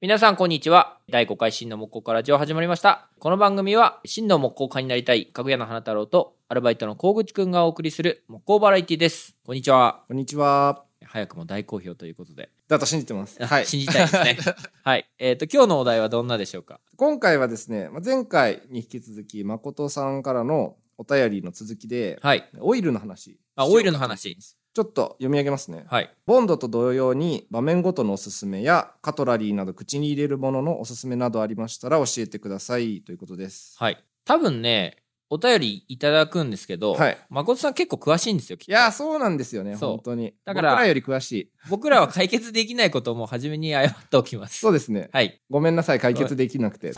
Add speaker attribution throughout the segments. Speaker 1: 皆さん、こんにちは。第5回、真の木工家ラジオ始まりました。この番組は、真の木工家になりたい、かぐやの花太郎と、アルバイトの小口くんがお送りする木工バラエティです。こんにちは。
Speaker 2: こんにちは。
Speaker 1: 早くも大好評ということで、
Speaker 2: だと信じてます。はい。
Speaker 1: 信じたいです ね。はい。えっ、と、今日のお題はどんなでしょうか
Speaker 2: 今回はですね、まあ前回に引き続き、誠さんからのお便りの続きで、
Speaker 1: はい。
Speaker 2: オイルの話。
Speaker 1: あ、オイルの。話。
Speaker 2: ちょっと読み上げますね。
Speaker 1: はい。
Speaker 2: ボンドと同様に場面ごとのおすすめやカトラリーなど口に入れるもののおすすめなどありましたら教えてくださいということです。
Speaker 1: はい。多分ね、お便りいただくんですけど、
Speaker 2: はい
Speaker 1: 誠さん結構詳しいんですよ、きっと
Speaker 2: いやー、そうなんですよね、
Speaker 1: そう
Speaker 2: 本当に。
Speaker 1: だから
Speaker 2: 僕らより詳しい。
Speaker 1: 僕らは解決できないことをもう初めに謝っておきます
Speaker 2: そ。うですね。
Speaker 1: はい。
Speaker 2: ごめんなさい、解決できなくて。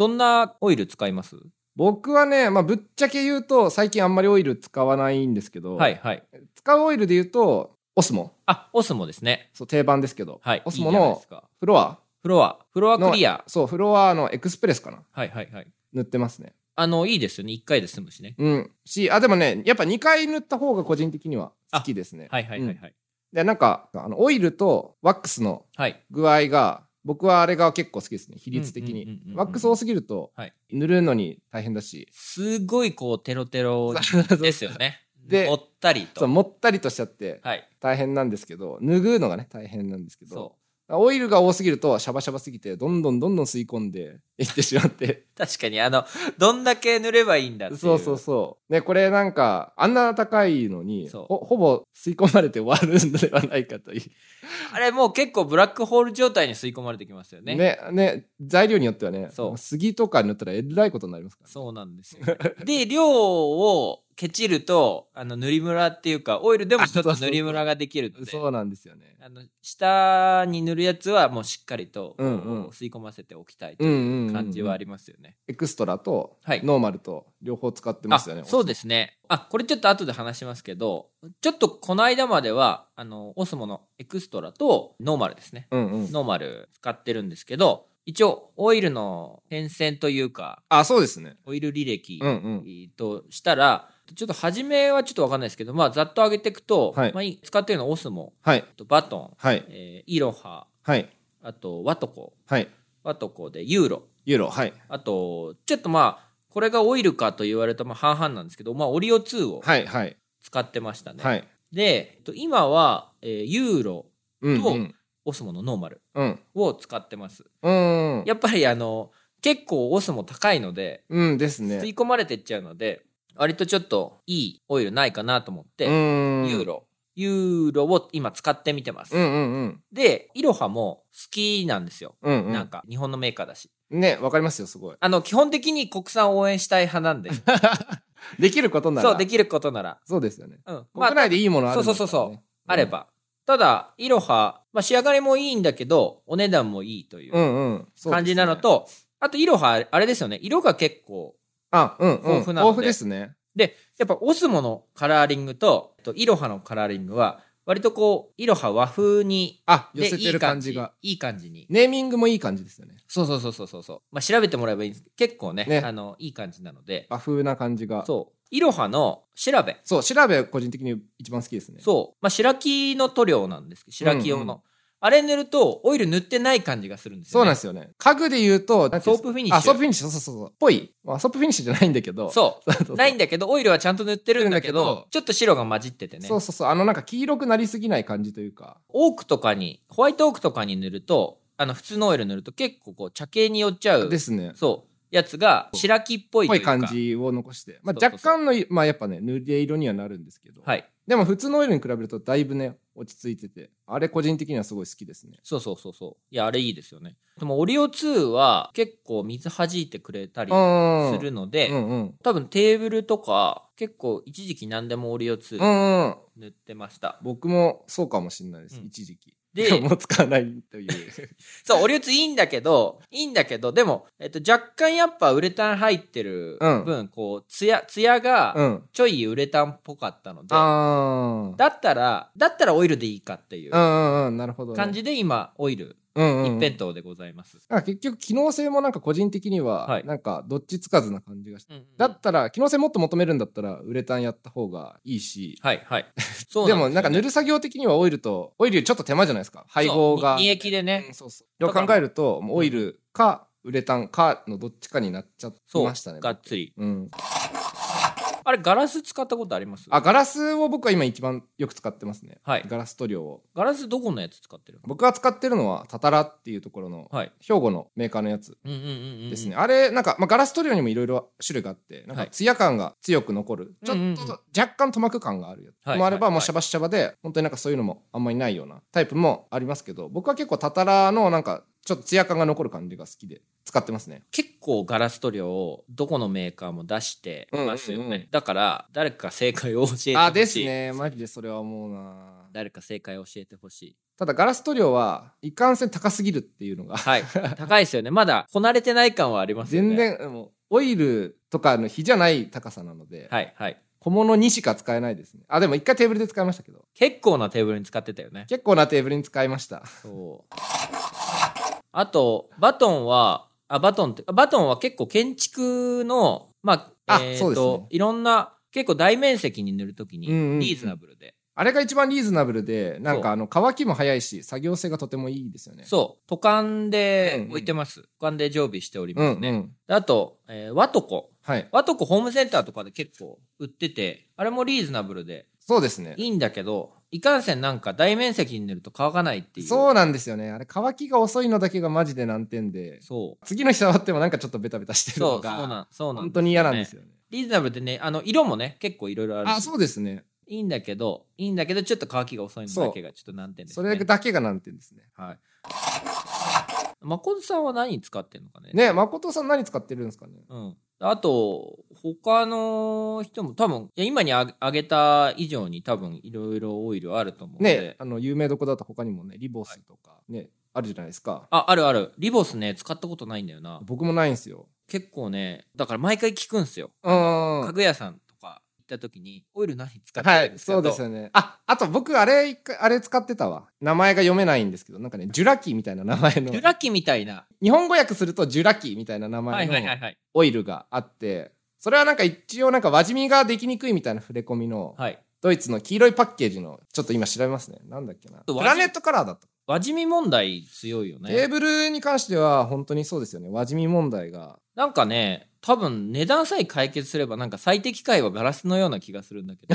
Speaker 1: どんなオイル使います
Speaker 2: 僕はね、まあ、ぶっちゃけ言うと、最近あんまりオイル使わないんですけど、
Speaker 1: はいはい。
Speaker 2: 使うオイルで言うと、オスモ。
Speaker 1: あ、オスモですね。
Speaker 2: そう定番ですけど、
Speaker 1: はい。
Speaker 2: オスモ
Speaker 1: いいじゃないで
Speaker 2: の
Speaker 1: すか
Speaker 2: フロア
Speaker 1: フロア、フロア
Speaker 2: の
Speaker 1: クリア。
Speaker 2: そうフロアのエクスプレスかな
Speaker 1: はいはいはい。
Speaker 2: 塗ってますね
Speaker 1: あの、いいですよね。1回で済むしね。
Speaker 2: うんしあでもねやっぱ2回塗った方が個人的には好きですね、
Speaker 1: はいはいはいはい。
Speaker 2: でなんかあのオイルとワックスの
Speaker 1: はい。
Speaker 2: 具合が僕はあれが結構好きですね比率
Speaker 1: うん
Speaker 2: 的
Speaker 1: うんうんうんう
Speaker 2: に
Speaker 1: ん
Speaker 2: ワックス多すぎると、
Speaker 1: はい
Speaker 2: 塗るのに大変だし
Speaker 1: すごいこう、テロテロですよね。
Speaker 2: で
Speaker 1: もったり
Speaker 2: そう
Speaker 1: と。
Speaker 2: もったりとしちゃって
Speaker 1: はい。
Speaker 2: 大変なんですけど脱ぐのがね大変なんですけど
Speaker 1: そ
Speaker 2: オイルが多すぎるとシャバシャバすぎてどんどんどんどん吸い込んでいってしまって
Speaker 1: う。確かに、あの、どんだけ塗ればいいんだっていう。
Speaker 2: そうそうそう。ね、これなんか、あんな高いのに、
Speaker 1: そう
Speaker 2: ほほぼ吸い込まれて終わるんではないかという。
Speaker 1: あれもう結構ブラックホール状態に吸い込まれてきますよね。
Speaker 2: ね、ね、材料によってはね、
Speaker 1: そう
Speaker 2: 杉とか塗ったらえらいことになりますから。
Speaker 1: そうなんですよね。で、量をケチると、あの、塗りムラっていうか、オイルでもちょっと
Speaker 2: あそうそうそう
Speaker 1: 塗りムラができるので、
Speaker 2: そうなんですよね。
Speaker 1: あの、下に塗るやつはもうしっかりと、
Speaker 2: うんうん
Speaker 1: こ吸い込ませておきたいと
Speaker 2: う
Speaker 1: い
Speaker 2: ん
Speaker 1: う
Speaker 2: うんうんうん
Speaker 1: 感じはありますよね。
Speaker 2: エクストラと
Speaker 1: はい
Speaker 2: ノーマルと両方使ってますよね。
Speaker 1: あそうですね。あ、これちょっと後で話しますけど、ちょっとこの間までは、あの、オスモのエクストラとノーマルですね。
Speaker 2: うんうん。
Speaker 1: ノーマル使ってるんですけど、一応、オイルの変遷というか、
Speaker 2: あ、そうですね。
Speaker 1: オイル履歴
Speaker 2: うんうん。
Speaker 1: としたら、ちょっと初めはちょっと分かんないですけど、まあ、ざっと上げていくと、
Speaker 2: はい
Speaker 1: まあ、使ってるのはオスモ、
Speaker 2: はい。
Speaker 1: あとバトン、
Speaker 2: はい。
Speaker 1: えーイロハ、
Speaker 2: はい。
Speaker 1: あとワトコ、
Speaker 2: はい。
Speaker 1: ワトコでユーロ、
Speaker 2: ユーロ。はい。
Speaker 1: あと、ちょっとまあ、これがオイルかと言われるとまあ半々なんですけど、まあ、オリオ2を
Speaker 2: はい。はい。
Speaker 1: 使ってましたね。
Speaker 2: はい。
Speaker 1: で、えっと今は、えーユーロ、
Speaker 2: うんう
Speaker 1: と
Speaker 2: ん。
Speaker 1: オスモのノーマル
Speaker 2: うん。
Speaker 1: を使ってます。
Speaker 2: うんうん。
Speaker 1: やっぱりあの、結構オスモ高いので、
Speaker 2: うんです
Speaker 1: 吸
Speaker 2: ね。
Speaker 1: い込まれてっちゃうので、割とちょっといいオイルないかなと思って、
Speaker 2: うんうん。
Speaker 1: ユー。ロ。ユーロを今使ってみてます。
Speaker 2: うんうんうん。
Speaker 1: で、イロハも好きなんですよ。
Speaker 2: うんう
Speaker 1: なん
Speaker 2: ん。
Speaker 1: か、日本のメーカーだし。
Speaker 2: ね、わかりますよ、すごい。
Speaker 1: あの、基本的に国産を応援したい派なんで、
Speaker 2: できることなら。
Speaker 1: そう、できることなら。
Speaker 2: そうですよね。
Speaker 1: うん。ま
Speaker 2: 国
Speaker 1: あ、
Speaker 2: 内でいいものあるんだったらね
Speaker 1: そうそうそうそうあれ。ば。ただ、イロハ、まあ、仕上がりもいいんだけど、お値段もいいといううん
Speaker 2: うんうん。そうですね
Speaker 1: 感じなの。と、あと、イロハ、あれですよね。色が結構、
Speaker 2: あ、うんうん。
Speaker 1: 豊富なので
Speaker 2: 豊富ですね。
Speaker 1: やっぱオスモのカラーリングと、えっとイロハのカラーリングは、割とこう、イロハ和風に、
Speaker 2: あ、寄
Speaker 1: で
Speaker 2: せてる感じが。。
Speaker 1: いい感じいい感じに。
Speaker 2: ネーミングもいい感じですよね。
Speaker 1: そうそうそうそうそうそう。まあ、調べてもらえばいいんですけど、結構ね、
Speaker 2: ね
Speaker 1: あの、いい感じなので、
Speaker 2: 和風な感じが。そう。
Speaker 1: そう。イロハの調べ。
Speaker 2: 調べ個人的に一番好きですね。
Speaker 1: そう。まあ、白木の塗料なんですけど、白木用の。
Speaker 2: うんうん
Speaker 1: あれ塗ると、オイル塗ってない感じがするんです
Speaker 2: そ
Speaker 1: よ
Speaker 2: う
Speaker 1: ね。
Speaker 2: なんですよね。家具で言うと、なんていうんですか
Speaker 1: ソープフィニッシュ
Speaker 2: あ、ソープフィニッシュ、そうそうそうそう。ぽい。まあ、ソープフィニッシュじゃないんだけど。
Speaker 1: そう。
Speaker 2: そうそうそう
Speaker 1: ないんだけど、オイルはちゃんと塗ってるんだけ
Speaker 2: 塗ってるんだ
Speaker 1: ど
Speaker 2: けど、
Speaker 1: ちょっと白が混じっててね。
Speaker 2: そうそうそう。あの、なんか黄色くなりすぎない感じというか。
Speaker 1: オークとかに、ホワイトオークとかに塗ると、あの、普通のオイル塗ると結構こう、茶系に寄っちゃう、
Speaker 2: ですね。
Speaker 1: そう、やつが、白木っぽい
Speaker 2: ぽ
Speaker 1: とい
Speaker 2: いう
Speaker 1: か。
Speaker 2: 感。じを残して。まあ、
Speaker 1: そうそう
Speaker 2: 若
Speaker 1: そう
Speaker 2: 干の、まあ、やっぱね、塗り色にはなるんですけど。
Speaker 1: はい。
Speaker 2: でも普通のオイルに比べるとだいぶね落ち着いててあれ個人的にはすごい好きですね
Speaker 1: そうそうそうそう。いや、あれいいですよね。でも、オリオ2は結構水弾いてくれたり
Speaker 2: うん
Speaker 1: するので、
Speaker 2: うんうん
Speaker 1: 多分テーブルとか、結構一時期何でもオリオ
Speaker 2: う
Speaker 1: 2
Speaker 2: んうん
Speaker 1: 塗ってました。
Speaker 2: 僕もそうかもしれないです、
Speaker 1: うん
Speaker 2: 一時期
Speaker 1: で
Speaker 2: もう使わないという
Speaker 1: そう、オリオ2いいんだけど、いいんだけど、でも、えっと、若干やっぱウレタン入ってる分、こう、ツヤ、ツヤが、
Speaker 2: うん
Speaker 1: ちょいウレタンっぽかったので、
Speaker 2: あー
Speaker 1: だったら、だったらオイルでいいかっていう
Speaker 2: うんうんうんなるほどね、
Speaker 1: 感じで今、オイル
Speaker 2: うんうん
Speaker 1: 一
Speaker 2: うん
Speaker 1: 辺倒でございます。
Speaker 2: なんか結局機能性もなんか個人的に
Speaker 1: は
Speaker 2: はいなんかどっちつかずな感じがして、
Speaker 1: うんうん
Speaker 2: だったら機能性もっと求めるんだったらウレタンやった方がいいし
Speaker 1: はい はい。そう
Speaker 2: で
Speaker 1: よ
Speaker 2: もなんか塗る作業的にはオイルとオイルよりちょっと手間じゃないですか配合が
Speaker 1: そうに液でね
Speaker 2: うんそうそうを考えるともうオイルかウレタンかのどっちかになっちゃい
Speaker 1: そう
Speaker 2: ましたね
Speaker 1: がっつり。
Speaker 2: うん、
Speaker 1: あれガラス使ったことあります？
Speaker 2: あガラスを僕は今一番よく使ってますね、
Speaker 1: はい
Speaker 2: ガラス塗料を
Speaker 1: ガラスどこのやつ使ってる？
Speaker 2: 僕が使ってるのはタタラっていうところの
Speaker 1: はい。
Speaker 2: 兵庫のメーカーのやつ
Speaker 1: うんうんうんうん。
Speaker 2: ですね、。あれなんか、まあ、ガラス塗料にもいろいろ種類があってなん
Speaker 1: は
Speaker 2: か
Speaker 1: い
Speaker 2: ツヤ感が強く残る、
Speaker 1: うんうんうん
Speaker 2: ちょっと若干塗膜感があるやつ
Speaker 1: はい
Speaker 2: もあれば、
Speaker 1: はい
Speaker 2: もうシャバシャバで本当になんかそういうのもあんまりないようなタイプもありますけど僕は結構タタラのなんかちょっとツヤ感が残る感じが好きで使ってますね
Speaker 1: 結構ガラス塗料をどこのメーカーも出してますよね。
Speaker 2: うんうんうん
Speaker 1: だから誰か正解を教えてほしい。
Speaker 2: あです。ねマジでそれはもうな
Speaker 1: 誰か正解を教えてほしい。
Speaker 2: ただガラス塗料はいかんせん高すぎるっていうのが
Speaker 1: はい。高いですよね。まだこなれてない感はありますよね。
Speaker 2: 全。然もうオイルとかの比じゃない高さなので、
Speaker 1: はいはい。
Speaker 2: 小物にしか使えないですねあでも一回テーブルで使いましたけど
Speaker 1: 結構なテーブルに使ってたよね。
Speaker 2: 結構なテーブルに使いました
Speaker 1: そう。あと、バトンは、あ、バトンって、バトンは結構建築の、まあ、
Speaker 2: あ
Speaker 1: えっ、
Speaker 2: そうです
Speaker 1: と
Speaker 2: ね、
Speaker 1: いろんな、結構大面積に塗るときに、
Speaker 2: うんうんうん
Speaker 1: リーズナブルで、
Speaker 2: あれが一番リーズナブルで、なん
Speaker 1: そう
Speaker 2: かあの乾きも早いし、作業性がとてもいいですよね。
Speaker 1: そう、都館
Speaker 2: うん
Speaker 1: で
Speaker 2: うん
Speaker 1: 置いてます。都館で常備しており
Speaker 2: う
Speaker 1: ます
Speaker 2: ん、
Speaker 1: ね。
Speaker 2: うん。
Speaker 1: あと、えー、ワトコ。
Speaker 2: はい。
Speaker 1: ワトコホームセンターとかで結構売ってて、あれもリーズナブルで
Speaker 2: そうですね。
Speaker 1: いいんだけど、いかんせんなんか大面積に塗ると乾かないっていう。
Speaker 2: そうなんですよね。あれ乾きが遅いのだけがマジで難点で、
Speaker 1: そう。
Speaker 2: 次の日触ってもなんかちょっとベタベタしてる
Speaker 1: そ
Speaker 2: の
Speaker 1: う、そう
Speaker 2: が、
Speaker 1: なん、そうなん、
Speaker 2: 本当に嫌なんです
Speaker 1: よ。
Speaker 2: よね。
Speaker 1: リーズナブルでね、あの、色もね、結構いろいろあるし。
Speaker 2: あ、そうですね。
Speaker 1: いいんだけど、いいんだけど、ちょっと乾きが遅いのだけがちょっと難点です、
Speaker 2: そ
Speaker 1: ね。
Speaker 2: れだけが難点ですね。
Speaker 1: はい。誠さんは何使ってんのかね。。
Speaker 2: ね、誠さん何使ってるんですかね。
Speaker 1: うん。あと、他の人も多分、いや今にああげた以上に多分いろいろオイルあると思うんで。
Speaker 2: ね、あの有名どこだと他にもね、リボスとかね、あるじゃないですか。
Speaker 1: あ、あるある。リボスね、使ったことないんだよな。
Speaker 2: 僕もないんですよ。
Speaker 1: 結構ね、だから毎回聞くんすよ。
Speaker 2: うん。
Speaker 1: 家具屋さんとか行った時に、オイル何使って
Speaker 2: は
Speaker 1: るん
Speaker 2: い、
Speaker 1: ですか
Speaker 2: そうですよね。あ、あと僕、あれ、一回あれ使ってたわ。名前が読めないんですけど、なんかね、ジュラキーみたいな名前の
Speaker 1: ジュ。ラキみたいな。
Speaker 2: 日本語訳するとジュラキーみたいな名
Speaker 1: は
Speaker 2: 前
Speaker 1: い
Speaker 2: の
Speaker 1: はいはいはい。
Speaker 2: オイルがあって、それはなんか一応なんか輪染みができにくいみたいな触れ込みの、
Speaker 1: はい。
Speaker 2: ドイツの黄色いパッケージの、ちょっと今調べますね。なんだっけな。
Speaker 1: と
Speaker 2: プ
Speaker 1: 輪染み
Speaker 2: ラネットカラーだった。
Speaker 1: 輪染み問題強いよね。
Speaker 2: テーブルに関しては本当にそうですよね。輪染み問題が。
Speaker 1: なんかね、多分値段さえ解決すればなんか最適解はガラスのような気がするんだけ ど。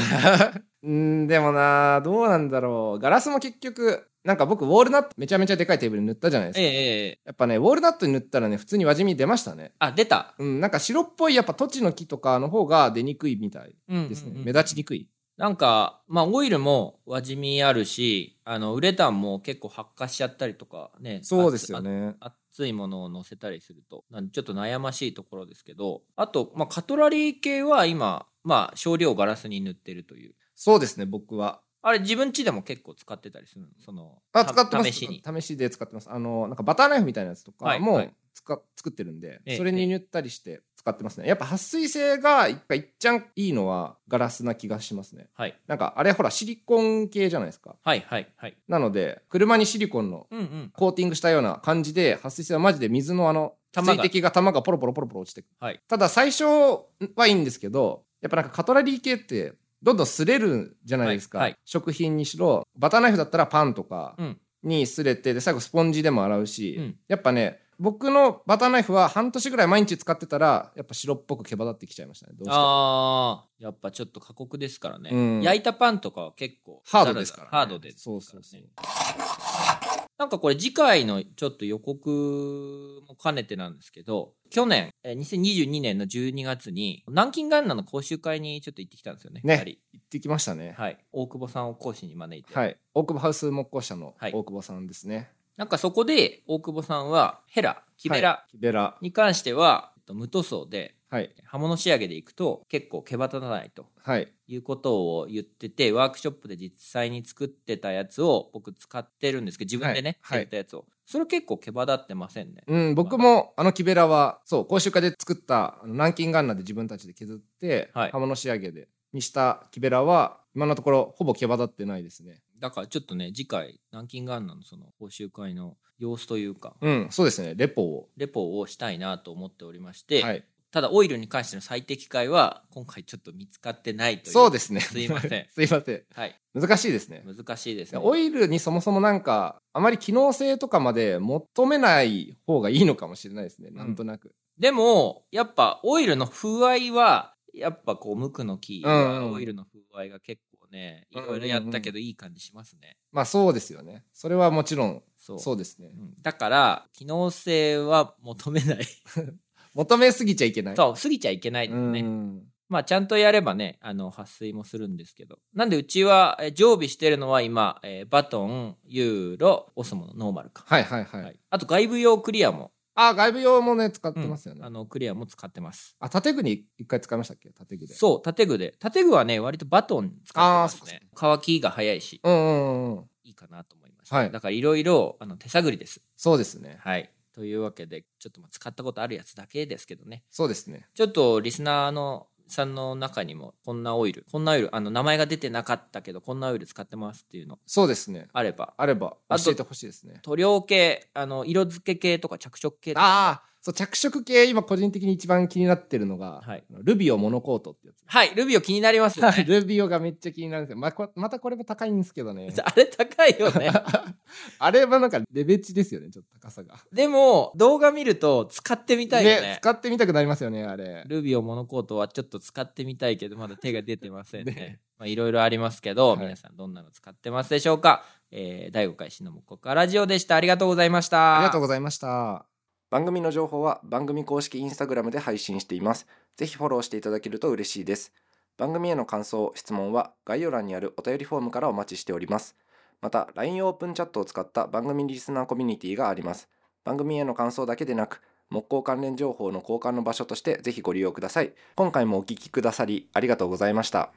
Speaker 2: うん、でもなどうなんだろう。ガラスも結局、なんか僕、ウォールナットめちゃめちゃでかいテーブルに塗ったじゃないです
Speaker 1: え
Speaker 2: か。
Speaker 1: えええ
Speaker 2: やっぱね、ウォールナットに塗ったらね、普通に輪染み出ましたね。
Speaker 1: あ、出た。
Speaker 2: うん、なんか白っぽいやっぱ土地の木とかの方が出にくいみたい
Speaker 1: うん
Speaker 2: ですね。
Speaker 1: うんうん
Speaker 2: 目立ちにくい。
Speaker 1: なんか、まあオイルも輪染みあるし、あの、ウレタンも結構発火しちゃったりとかね。
Speaker 2: そうですよね。
Speaker 1: あ。あ熱いものを乗せたりすると、なんちょっと悩ましいところですけど、あと、まあカトラリー系は今、まあ少量ガラスに塗ってるという。
Speaker 2: そうですね、僕は。
Speaker 1: あれ自分家でも結構使ってたりするのその、
Speaker 2: あ、
Speaker 1: た
Speaker 2: 使ってます。
Speaker 1: 試しに。
Speaker 2: で使ってます。あの、なんかバターナイフみたいなやつと
Speaker 1: は
Speaker 2: か
Speaker 1: い
Speaker 2: も、
Speaker 1: はい
Speaker 2: つか作ってるんで、
Speaker 1: ええ
Speaker 2: それに塗ったりして使ってますね。やっぱ撥水性が一回いっちゃんいいのはガラスな気がしますね。
Speaker 1: はい。
Speaker 2: なんかあれほらシリコン系じゃないですか。
Speaker 1: はいはいはい。
Speaker 2: なので、車にシリコンの
Speaker 1: うんうん。
Speaker 2: コーティングしたような感じで、撥水性はマジで水のあの、
Speaker 1: 玉が
Speaker 2: 水滴が玉がポロポロポロポロ落ちてくる。
Speaker 1: はい
Speaker 2: ただ最初はいいんですけど、やっぱなんかカトラリー系って、どんどん擦れるじゃないですか、
Speaker 1: はいはい
Speaker 2: 食品にしろ、バターナイフだったらパンとか
Speaker 1: うん。
Speaker 2: に擦れて、で、最後スポンジでも洗うし、
Speaker 1: うん
Speaker 2: やっぱね、僕のバターナイフは半年ぐらい毎日使ってたら、やっぱ白っぽく毛羽立ってきちゃいましたね。どうしても
Speaker 1: ああやっぱちょっと過酷ですからね、
Speaker 2: うん
Speaker 1: 焼いたパンとかは結構
Speaker 2: ハードですから、
Speaker 1: ハードですから
Speaker 2: そ
Speaker 1: ね
Speaker 2: うそうそう。
Speaker 1: なんかこれ次回のちょっと予告も兼ねてなんですけど去年えー2022年の12月に南京ガンナの講習会にちょっと行ってきたんですよね
Speaker 2: ね
Speaker 1: 二人
Speaker 2: 行ってきましたね。
Speaker 1: はい、大久保さんを講師に招いて、
Speaker 2: はい。大久保ハウス木工社の
Speaker 1: はい
Speaker 2: 大久保さんですね。
Speaker 1: なんかそこで大久保さんはヘラキベ
Speaker 2: は
Speaker 1: ラ
Speaker 2: いキベラ。
Speaker 1: に関しては、えっと無塗装で
Speaker 2: はい。
Speaker 1: 刃物仕上げでいくと結構毛羽立たないと
Speaker 2: はい。
Speaker 1: いうことを言っててワークショップで実際に作ってたやつを僕使ってるんですけど自分でね、
Speaker 2: はいはい
Speaker 1: やったやつをそれ結構毛羽立ってませんね、
Speaker 2: うん、僕もあの木べらはそう講習会で作ったあの南京ガンナで自分たちで削って、
Speaker 1: はい
Speaker 2: 刃物仕上げでにした木べらは今のところほぼ毛羽立ってないですね
Speaker 1: だからちょっとね、次回、南京ガンナのその講習会の様子というか、
Speaker 2: うん、そうですね。レポを。
Speaker 1: レポをしたいなと思っておりまして、
Speaker 2: はい。
Speaker 1: ただオイルに関しての最適解は、今回ちょっと見つかってないという。
Speaker 2: そうですね。
Speaker 1: すいません
Speaker 2: すいません。
Speaker 1: はい。
Speaker 2: 難しいですね。
Speaker 1: 難しいですね。
Speaker 2: オイルにそもそもなんか、あまり機能性とかまで求めない方がいいのかもしれないですね。なんとなく。
Speaker 1: でも、やっぱオイルの風合いは、やっぱこう、無垢の木
Speaker 2: うんう
Speaker 1: は、
Speaker 2: ん
Speaker 1: オイルの風合いが結構ね、い
Speaker 2: うんうん
Speaker 1: ろいろやったけどいい感じしますね。
Speaker 2: まあそうですよね。それはもちろん、
Speaker 1: そう。
Speaker 2: そうですね
Speaker 1: う。んだから、機能性は求めない。
Speaker 2: 求めすぎちゃいけない。
Speaker 1: そう、過ぎちゃいけないです
Speaker 2: うん
Speaker 1: ね。まあ、ちゃんとやればね、あの、撥水もするんですけど。なんで、うちは、え常備してるのは今、えーバトン、ユーロ、オスモのノーマルか。
Speaker 2: はいはいはい。
Speaker 1: はいあと、外部用クリアも、
Speaker 2: あ、外部用もね、使って
Speaker 1: うん
Speaker 2: ますよね。
Speaker 1: あの、クリアも使ってます。
Speaker 2: あ、縦具に一回使いましたっけ縦具で。
Speaker 1: そう、縦具で。縦具はね、割とバトン使ってます
Speaker 2: あーそっ
Speaker 1: ね
Speaker 2: か。
Speaker 1: 乾きが早いし、
Speaker 2: うんうんうんうん。
Speaker 1: いいかなと思いました。
Speaker 2: はい
Speaker 1: だから、いろいろ、あの、手探りです。
Speaker 2: そうですね。
Speaker 1: はい。というわけで、ちょっとまあ使ったことあるやつだけですけどね。
Speaker 2: そうですね。
Speaker 1: ちょっとリスナーのさんの中にもこんなオイルこんなオイルあの名前が出てなかったけどこんなオイル使ってますっていうの
Speaker 2: そうですね。
Speaker 1: あれば
Speaker 2: あれば
Speaker 1: あと
Speaker 2: 教えてほしいですね。
Speaker 1: 塗料系あの色付け系とか着色系とか
Speaker 2: ああ、そう、着色系、今個人的に一番気になってるのが、
Speaker 1: はい
Speaker 2: ルビオモノコートってやつ。
Speaker 1: はいルビオ気になりますよ ね
Speaker 2: ルビオがめっちゃ気になるんですよ。まこまたこれも高いんですけど ね。
Speaker 1: あれ高いよね
Speaker 2: あれはなんかレベチですよね、ちょっと高さが。
Speaker 1: でも動画見ると使ってみたいよね
Speaker 2: ね使ってみたくなりますよね、あれ。
Speaker 1: ルビオモノコートはちょっと使ってみたいけどまだ手が出てませんね
Speaker 2: ね
Speaker 1: まあいろいろありますけど、
Speaker 2: はい
Speaker 1: 皆さんどんなの使ってますでしょうか、えー、第5回シノモコカラジオでしたありがとうございました
Speaker 2: ありがとうございました。
Speaker 3: 番組の情報は番組公式インスタグラムで配信しています。ぜひフォローしていただけると嬉しいです。番組への感想、質問は概要欄にあるお便りフォームからお待ちしております。また、LINE オープンチャットを使った番組リスナーコミュニティがあります。番組への感想だけでなく、木工関連情報の交換の場所としてぜひご利用ください。今回もお聞きくださりありがとうございました。